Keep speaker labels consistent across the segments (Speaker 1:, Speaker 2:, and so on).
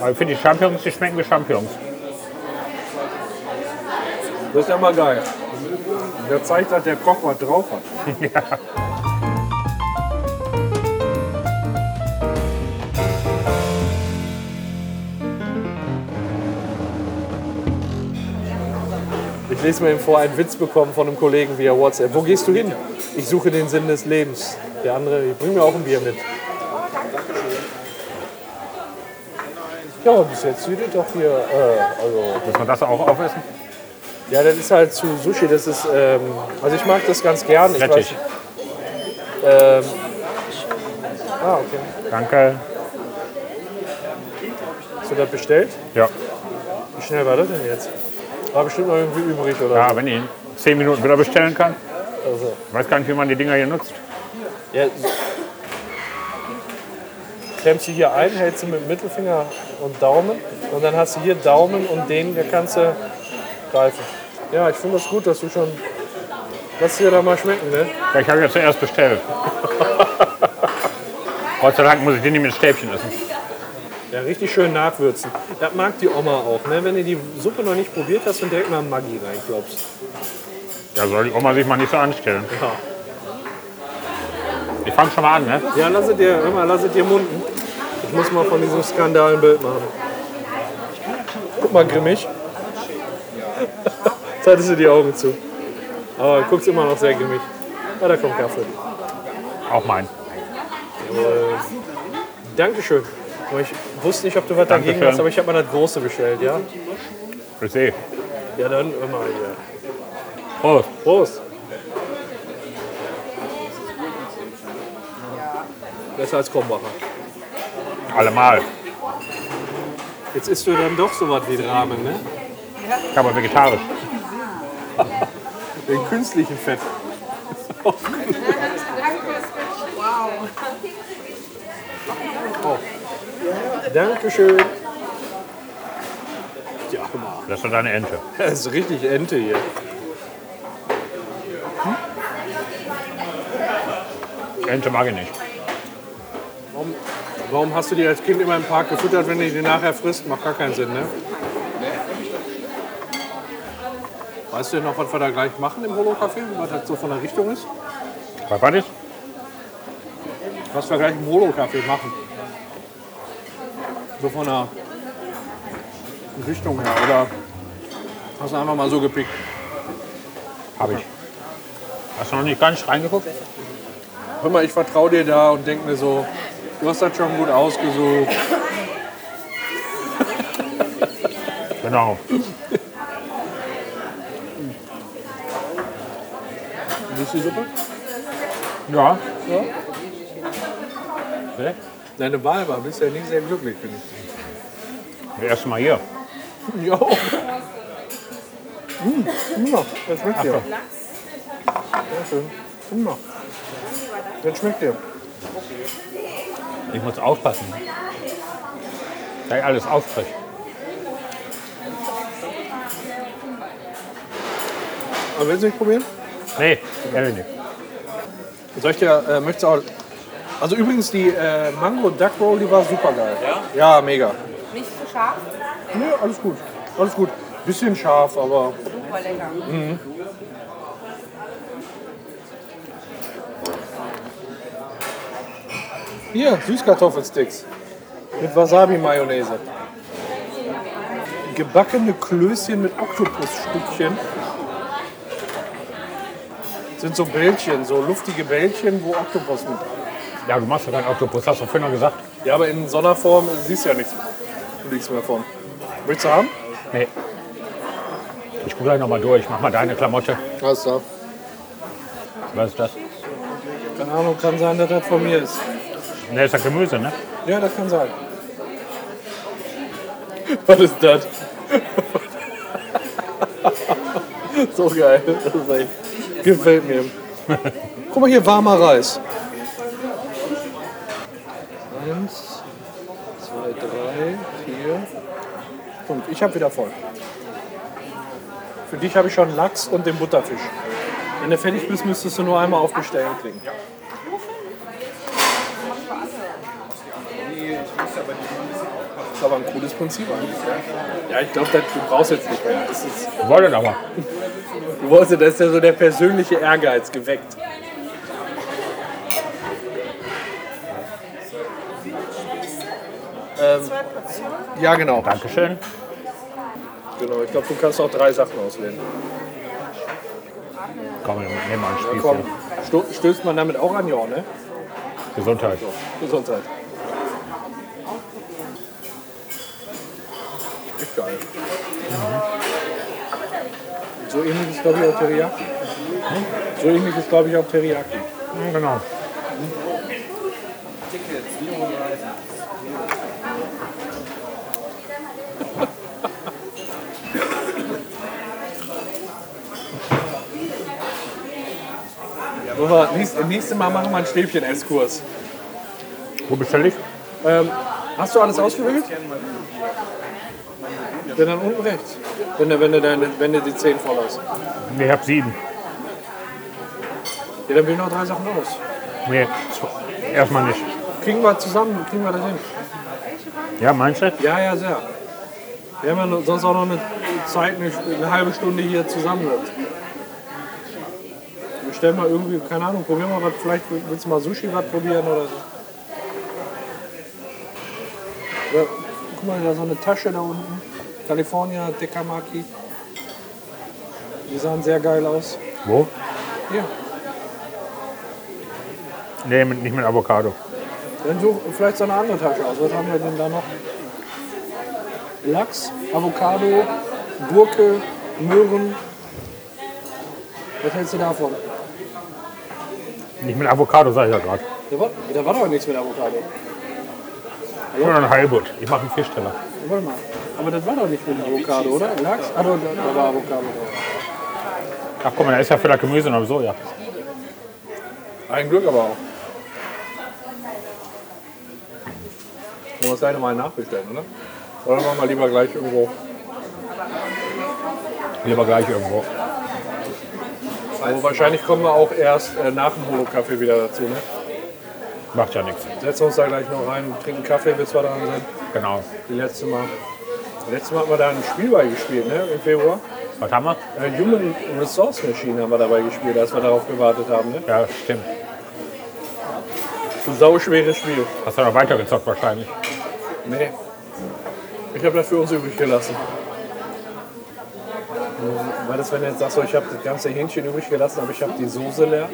Speaker 1: Aber für die Champignons, die schmecken wie Champignons.
Speaker 2: Das ist ja mal geil. Der zeigt, dass der Koch was drauf hat.
Speaker 3: Ich lese mir eben vor, einen Witz bekommen von einem Kollegen via WhatsApp. Wo gehst du hin? Ich suche den Sinn des Lebens. Der andere, ich bringe mir auch ein Bier mit. Ja, bis jetzt sieht es doch hier, äh, also
Speaker 1: Muss man das auch aufessen?
Speaker 3: Ja, das ist halt zu Sushi. Das ist, ähm, also ich mag das ganz gern. Ich
Speaker 1: Rettich.
Speaker 3: ähm, ah, okay.
Speaker 1: Danke.
Speaker 3: Hast du das bestellt?
Speaker 1: Ja.
Speaker 3: Wie schnell war das denn jetzt? War bestimmt noch irgendwie übrig, oder?
Speaker 1: ja, wenn ich in 10 Minuten wieder bestellen kann.
Speaker 3: Also,
Speaker 1: Ich weiß gar nicht, wie man die Dinger hier nutzt.
Speaker 3: ja. Klemmst du hier ein, hältst du mit Mittelfinger und Daumen und dann hast du hier Daumen und den, der kannst du greifen. Ja, ich finde das gut, dass du schon. Lass dir da mal schmecken, ne?
Speaker 1: Ja, ich habe ja zuerst bestellt. Gott sei Dank muss ich die nicht mit Stäbchen essen.
Speaker 3: Ja, richtig schön nachwürzen. Das mag die Oma auch, ne? Wenn du die Suppe noch nicht probiert hast und direkt mal Maggi reinklopfst.
Speaker 1: Da soll die Oma sich mal nicht so anstellen.
Speaker 3: Ja.
Speaker 1: Ich fange schon mal an, ne?
Speaker 3: Ja, lass es dir, hör mal, lass es dir munden. Ich muss mal von diesem Skandal ein Bild machen. Guck mal grimmig. Jetzt hattest du die Augen zu. Aber du guckst immer noch sehr grimmig. Ah, da kommt Kaffee.
Speaker 1: Auch mein.
Speaker 3: Dankeschön. Aber Ich wusste nicht, ob du was dagegen
Speaker 1: Dankeschön.
Speaker 3: hast, aber ich habe mal das Große bestellt, ja?
Speaker 1: Ich sehe.
Speaker 3: Ja, dann immer wieder.
Speaker 1: Prost.
Speaker 3: Prost! Besser als Krombacher.
Speaker 1: Allemal.
Speaker 3: Jetzt isst du dann doch so was wie Rahmen, ne?
Speaker 1: Ich habe vegetarisch.
Speaker 3: Den künstlichen Fett.
Speaker 4: Wow.
Speaker 3: Dankeschön. Ja, Mann.
Speaker 1: Das ist deine Ente.
Speaker 3: Das ist richtig Ente hier.
Speaker 1: Ente mag ich nicht.
Speaker 3: Warum, warum hast du die als Kind immer im Park gefüttert, wenn du die nachher frisst? Macht gar keinen Sinn, ne? Weißt du denn noch, was wir da gleich machen im Holo-Café? Was das so von der Richtung ist?
Speaker 1: Was war das?
Speaker 3: Was wir gleich im Holo-Café machen. So von der Richtung her, oder? Hast du einfach mal so gepickt?
Speaker 1: Habe ich. Hast du noch nicht ganz reingeguckt?
Speaker 3: Hör mal, ich vertraue dir da und denke mir so, du hast das schon gut ausgesucht.
Speaker 1: Genau.
Speaker 3: Willst du die Suppe?
Speaker 1: Ja. Okay.
Speaker 3: Deine Wahl war bisher nicht sehr glücklich, finde ich.
Speaker 1: Das erste Mal hier.
Speaker 3: Ja. Mmh, das schmeckt dir. Sehr schön. Mmh. Das schmeckt dir.
Speaker 1: Ich muss aufpassen. Da ich alles aufkriege.
Speaker 3: Aber willst du nicht probieren?
Speaker 1: Nee, ehrlich nicht.
Speaker 3: Soll ich dir, äh, möchtest du auch... Also übrigens, die äh, Mango Duck Roll, die war super geil. Ja? Ja, mega.
Speaker 4: Nicht zu scharf,
Speaker 3: Nee, alles gut. Alles gut. Bisschen scharf, aber
Speaker 4: super lecker.
Speaker 3: Hier, Süßkartoffelsticks mit Wasabi-Mayonnaise. Gebackene Klößchen mit Oktopusstückchen. Sind so Bällchen, so luftige Bällchen, wo Oktopus mit.
Speaker 1: Ja, du machst ja keinen Oktopus, hast du vorhin noch gesagt.
Speaker 3: Ja, aber in Sonderform siehst du ja nichts, nichts mehr von. Willst du haben?
Speaker 1: Nee. Ich gucke gleich nochmal durch. Mach mal deine Klamotte.
Speaker 3: Alles da.
Speaker 1: Was ist das?
Speaker 3: Keine Ahnung, kann sein, dass das von mir ist.
Speaker 1: Ne, ist ja Gemüse, ne?
Speaker 3: Ja, das kann sein. Was ist das? so geil. Das ist echt- Gefällt mir. Guck mal hier, warmer Reis. Eins, zwei, drei, vier, fünf. Ich habe wieder voll. Für dich habe ich schon Lachs und den Butterfisch. Wenn du fertig bist, müsstest du nur einmal auf Bestellen klicken. aber ein cooles Prinzip eigentlich. Ja, ich glaube, du brauchst jetzt nicht mehr. Das ist,
Speaker 1: Wollen aber.
Speaker 3: du brauchst, ja- das ist ja so der persönliche Ehrgeiz geweckt. Ähm, ja, genau.
Speaker 1: Dankeschön.
Speaker 3: Genau, ich glaube, du kannst auch drei Sachen auswählen.
Speaker 1: Komm, nehmen wir ein
Speaker 3: Komm,
Speaker 1: Spießchen.
Speaker 3: sto stößt man damit auch an, ja, ne?
Speaker 1: Gesundheit.
Speaker 3: Gesundheit. Echt geil. So ähnlich ist, glaube ich, auch Teriyaki. So ähnlich ist, glaube ich, auch Teriyaki.
Speaker 1: Mhm, Genau.
Speaker 3: Wollen wir nächst, nächstes Mal machen wir einen Stäbchen-Esskurs.
Speaker 1: Wo bestelle ich?
Speaker 3: Ähm, hast du alles ausgewählt? Wenn dann unten rechts. Wenn du, wenn du, deine, wenn du die 10 voll hast.
Speaker 1: Nee, ich hab sieben.
Speaker 3: Ja, dann will ich noch drei Sachen aus.
Speaker 1: Nee, erstmal nicht.
Speaker 3: Kriegen wir zusammen, kriegen wir das hin.
Speaker 1: Ja, meinst du?
Speaker 3: Ja, ja, sehr. Wir haben ja noch- sonst auch noch eine Zeit, eine, eine halbe Stunde hier zusammen. Wir stellen mal irgendwie, keine Ahnung, probieren wir was. Vielleicht willst du mal Sushi was probieren oder so. Ja, guck mal, da ist so eine Tasche da unten. California Dekamaki. Die sahen sehr geil aus.
Speaker 1: Wo?
Speaker 3: Hier,
Speaker 1: Nee, mit, nicht mit Avocado.
Speaker 3: dann such vielleicht so eine andere Tasche aus. Was haben wir denn da noch? Lachs, Avocado, Gurke, Möhren. Was hältst du davon?
Speaker 1: Nicht mit Avocado, sag ich ja gerade.
Speaker 3: Da war, da war doch nichts mit Avocado.
Speaker 1: Nur ein Heilbutt. Ich mache einen Fischteller.
Speaker 3: Warte mal. Aber das war doch nicht mit Avocado, oder? Lachs? Ah, doch, da, da war Avocado drauf.
Speaker 1: Ach guck mal, da ist ja vielleicht Gemüse noch so, ja.
Speaker 2: Ein Glück aber auch.
Speaker 3: Wollen wir das gleich nochmal nachbestellen, oder?
Speaker 2: Oder ne? machen wir lieber gleich irgendwo.
Speaker 1: Lieber gleich irgendwo.
Speaker 2: Aber wahrscheinlich kommen wir auch erst äh, nach dem Holo-Kaffee wieder dazu. Ne?
Speaker 1: Macht ja nichts.
Speaker 2: Setzen wir uns da gleich noch rein, trinken Kaffee, bis wir dann sind.
Speaker 1: Genau.
Speaker 2: Die letzte Mal. Letztes Mal haben wir da ein Spiel bei gespielt, ne? Im Februar.
Speaker 1: Was haben wir?
Speaker 2: Äh, Human Resource Machine haben wir dabei gespielt, als wir darauf gewartet haben, ne?
Speaker 1: Ja, stimmt.
Speaker 2: Ein sauschweres Spiel.
Speaker 1: Hast du noch weitergezockt wahrscheinlich.
Speaker 2: Nee. Ich habe das für uns übrig gelassen. Hm, Weil das, wenn du jetzt sagst, so, ich habe das ganze Hähnchen übrig gelassen, aber ich habe die Soße leer.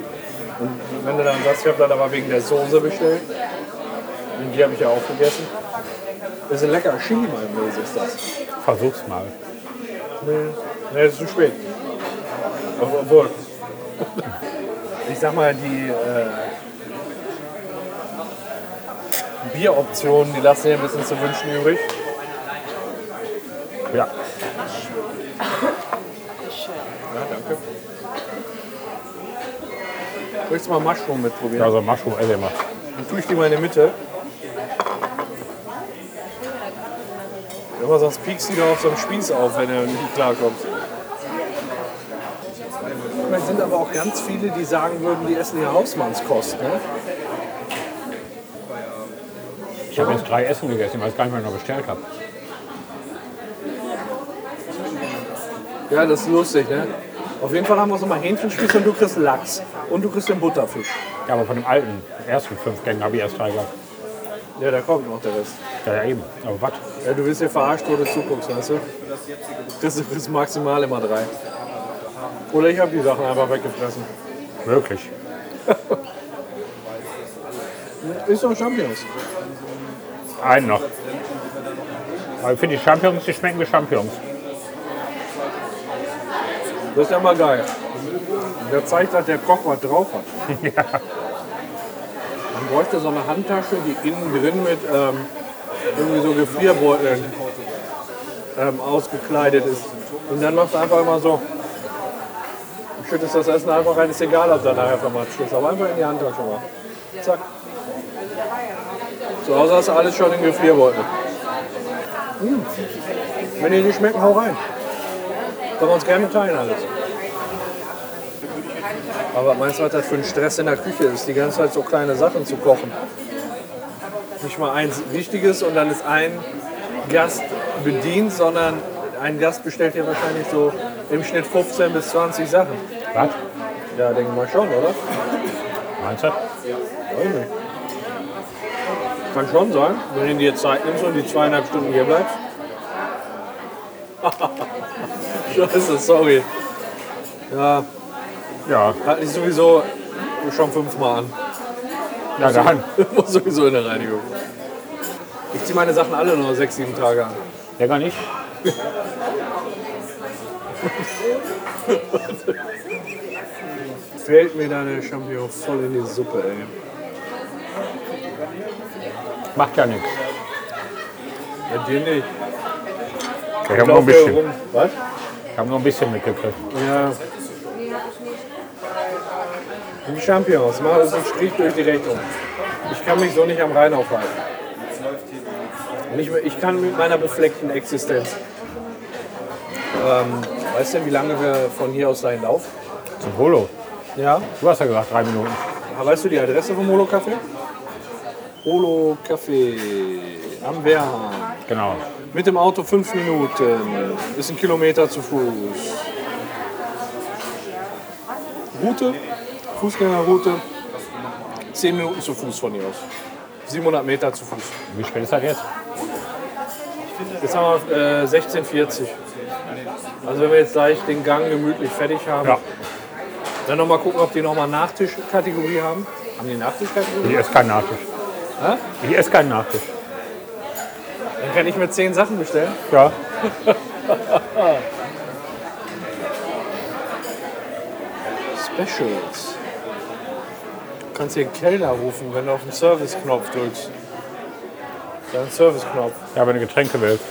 Speaker 2: Und wenn du dann sagst, ich habe dann aber wegen der Soße bestellt, und die habe ich ja auch gegessen. Das ist ein lecker Chili Mayonnaise ist das.
Speaker 1: Versuch's mal.
Speaker 2: Nee, nee, es ist zu spät. Aber- Obwohl. Ich sag mal, die äh, Bieroptionen, die lassen ja ein bisschen zu wünschen übrig. Ja,
Speaker 1: Ja.
Speaker 2: danke. Möchtest du mal Mushroom mitprobieren?
Speaker 1: Ja, so ein Mushroom Alley mal.
Speaker 2: Dann tue ich die mal in die Mitte. Aber sonst piekst die doch auf so einem Spieß auf, wenn er nicht klarkommt.
Speaker 3: Es sind aber auch ganz viele, die sagen würden, die essen hier Hausmannskost, ne?
Speaker 1: Ich habe jetzt drei Essen gegessen, ich weiß gar nicht, was ich noch bestellt habe.
Speaker 3: Ja, das ist lustig, ne? Auf jeden Fall haben wir uns nochmal Hähnchenspieß und du kriegst Lachs. Und du kriegst den Butterfisch.
Speaker 1: Ja, aber von dem alten, ersten fünf Gängen habe ich erst drei gehabt.
Speaker 3: Ja, da kommt noch der Rest.
Speaker 1: Ja, ja eben. Aber was?
Speaker 3: Ja, du wirst hier verarscht, wo du zuguckst, weißt du? Das ist maximal immer drei.
Speaker 2: Oder ich habe die Sachen einfach weggefressen.
Speaker 1: Wirklich.
Speaker 3: Ist doch Champions.
Speaker 1: Einen noch. Aber ich finde die Champignons, die schmecken wie Champignons.
Speaker 2: Das ist ja mal geil. Der zeigt, dass der Koch was drauf hat.
Speaker 3: Man bräuchte so eine Handtasche, die innen drin mit ähm, irgendwie so Gefrierbeuteln ähm, ausgekleidet ist. Und dann machst du einfach immer so.
Speaker 2: Schüttest das Essen einfach rein, ist egal, ob da nachher vermatscht ist. Aber einfach in die Handtasche mal. Zack.
Speaker 3: Zu Hause hast du alles schon in Gefrierbeutel. Hm. Wenn die nicht schmecken, hau rein. Können wir uns gerne teilen alles. Aber meinst du, was das für ein Stress in der Küche ist, die ganze Zeit so kleine Sachen zu kochen? Nicht mal eins Wichtiges und dann ist ein Gast bedient, sondern ein Gast bestellt ja wahrscheinlich so im Schnitt 15 bis 20 Sachen.
Speaker 1: Was?
Speaker 3: Ja, denke mal schon, oder?
Speaker 1: Meinst du?
Speaker 3: Weiß nicht. Kann schon sein, wenn du dir Zeit nimmst und die zweieinhalb Stunden hier bleibst. Scheiße, sorry. Ja,
Speaker 1: Ja,
Speaker 3: hatte ich sowieso schon fünfmal an.
Speaker 1: ja dann.
Speaker 3: Muss sowieso in der Reinigung. Ich ziehe meine Sachen alle nur sechs, sieben Tage an.
Speaker 1: Lecker nicht?
Speaker 3: Fällt mir deine Champignon voll in die Suppe, ey.
Speaker 1: Macht ja nichts.
Speaker 3: Bei dir nicht.
Speaker 1: Ich habe nur ein bisschen,
Speaker 3: Rum. Was?
Speaker 1: ich hab nur ein bisschen mitgekriegt.
Speaker 3: Ja. Die Champignons, mach uns einen Strich durch die Rechnung. Ich kann mich so nicht am Rhein aufhalten. Nicht, mehr- ich kann mit meiner befleckten Existenz. Ähm, weißt du, wie lange wir von hier aus dahin laufen?
Speaker 1: Zum Polo.
Speaker 3: Ja.
Speaker 1: Du hast ja gesagt, drei Minuten.
Speaker 3: Aber Ah, weißt du die Adresse vom Holo Café? Holo Café am Wehrhahn.
Speaker 1: Genau.
Speaker 3: Mit dem Auto fünf Minuten. Ist ein Kilometer zu Fuß. Route, Fußgängerroute. Zehn Minuten zu Fuß von hier aus. 700 Meter zu Fuß.
Speaker 1: Wie spät ist das jetzt?
Speaker 3: Jetzt haben wir äh, 16,40. Also wenn wir jetzt gleich den Gang gemütlich fertig haben,
Speaker 1: Ja.
Speaker 3: dann nochmal gucken, ob die nochmal Nachtischkategorie haben. Haben die Nachtischkategorie?
Speaker 1: Ich esse keinen Nachtisch.
Speaker 3: Hä?
Speaker 1: Ich esse keinen Nachtisch.
Speaker 3: Dann kann ich mir zehn Sachen bestellen.
Speaker 1: Ja.
Speaker 3: Specials. Du kannst hier einen Kellner rufen, wenn du auf den Service-Knopf drückst. Deinen Service-Knopf.
Speaker 1: Ja, wenn du Getränke willst.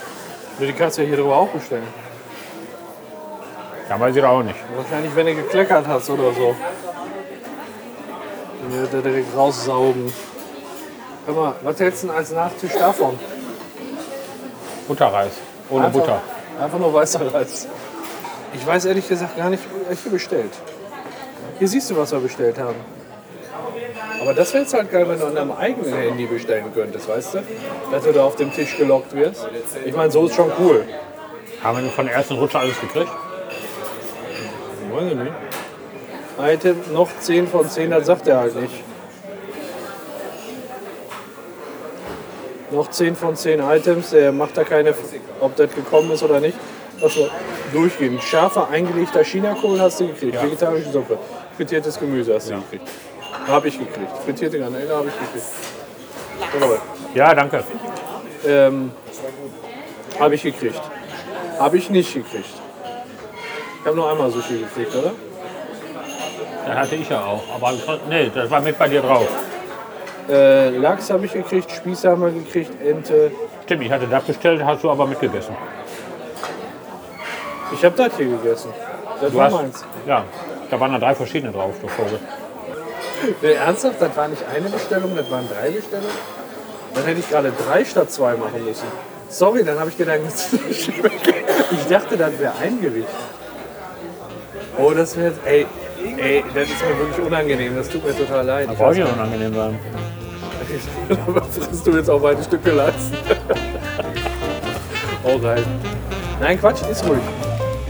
Speaker 3: Nee, Die kannst du ja hier drüber auch bestellen.
Speaker 1: Ja, weiß ich doch auch nicht.
Speaker 3: Wahrscheinlich, wenn du gekleckert hast oder so. Dann wird er direkt raussaugen. Hör mal, was hältst du denn als Nachtisch davon?
Speaker 1: Butterreis. Ohne
Speaker 3: Einfach-
Speaker 1: Butter.
Speaker 3: Einfach nur weißer Reis. Ich weiß ehrlich gesagt gar nicht, was hier bestellt. Hier siehst du, was wir bestellt haben. Aber das wäre jetzt halt geil, wenn du an deinem eigenen Handy bestellen könntest, weißt du? Dass du da auf dem Tisch gelockt wirst. Ich meine, so ist schon cool.
Speaker 1: Haben wir von der ersten Rutsche alles gekriegt?
Speaker 3: Weiß ich nicht. Item noch 10 von 10, das sagt er halt nicht. Noch 10 von 10 Items, der macht da keine, ob das gekommen ist oder nicht. Lass mal durchgehen. Scharfer, eingelegter Chinakohl hast du gekriegt. Vegetarische Suppe. Frittiertes Gemüse hast du gekriegt. Habe ich gekriegt. Frittierte Garnele habe ich gekriegt. Jawohl.
Speaker 1: Ja, danke.
Speaker 3: Ähm, habe ich gekriegt. Habe ich nicht gekriegt. Ich habe nur einmal Sushi gekriegt, oder?
Speaker 1: Das hatte ich ja auch. Aber nee, das war mit bei dir drauf.
Speaker 3: Äh, Lachs habe ich gekriegt, Spieße haben wir gekriegt, Ente.
Speaker 1: Stimmt, ich hatte das bestellt, hast du aber mitgegessen.
Speaker 3: Ich habe das hier gegessen. Das
Speaker 1: Du
Speaker 3: war
Speaker 1: hast,
Speaker 3: meins.
Speaker 1: ja, da waren da drei verschiedene drauf, du Vogel.
Speaker 3: Nee, Äh, ernsthaft, das war nicht eine Bestellung, das waren drei Bestellungen. Dann hätte ich gerade drei statt zwei machen müssen. Sorry, dann habe ich gedacht, das ist nicht schmeckt. ich dachte, das wäre ein Gewicht. Oh, das wäre jetzt, ey, ey, das ist mir wirklich unangenehm, das tut mir total leid.
Speaker 1: Das brauche ich nicht unangenehm sein.
Speaker 3: Aber frisst du jetzt auch beide Stücke Oh, Lachs? Alright. Nein, Quatsch, ist ruhig.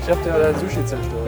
Speaker 3: Ich hab dir dein Sushi zerstört.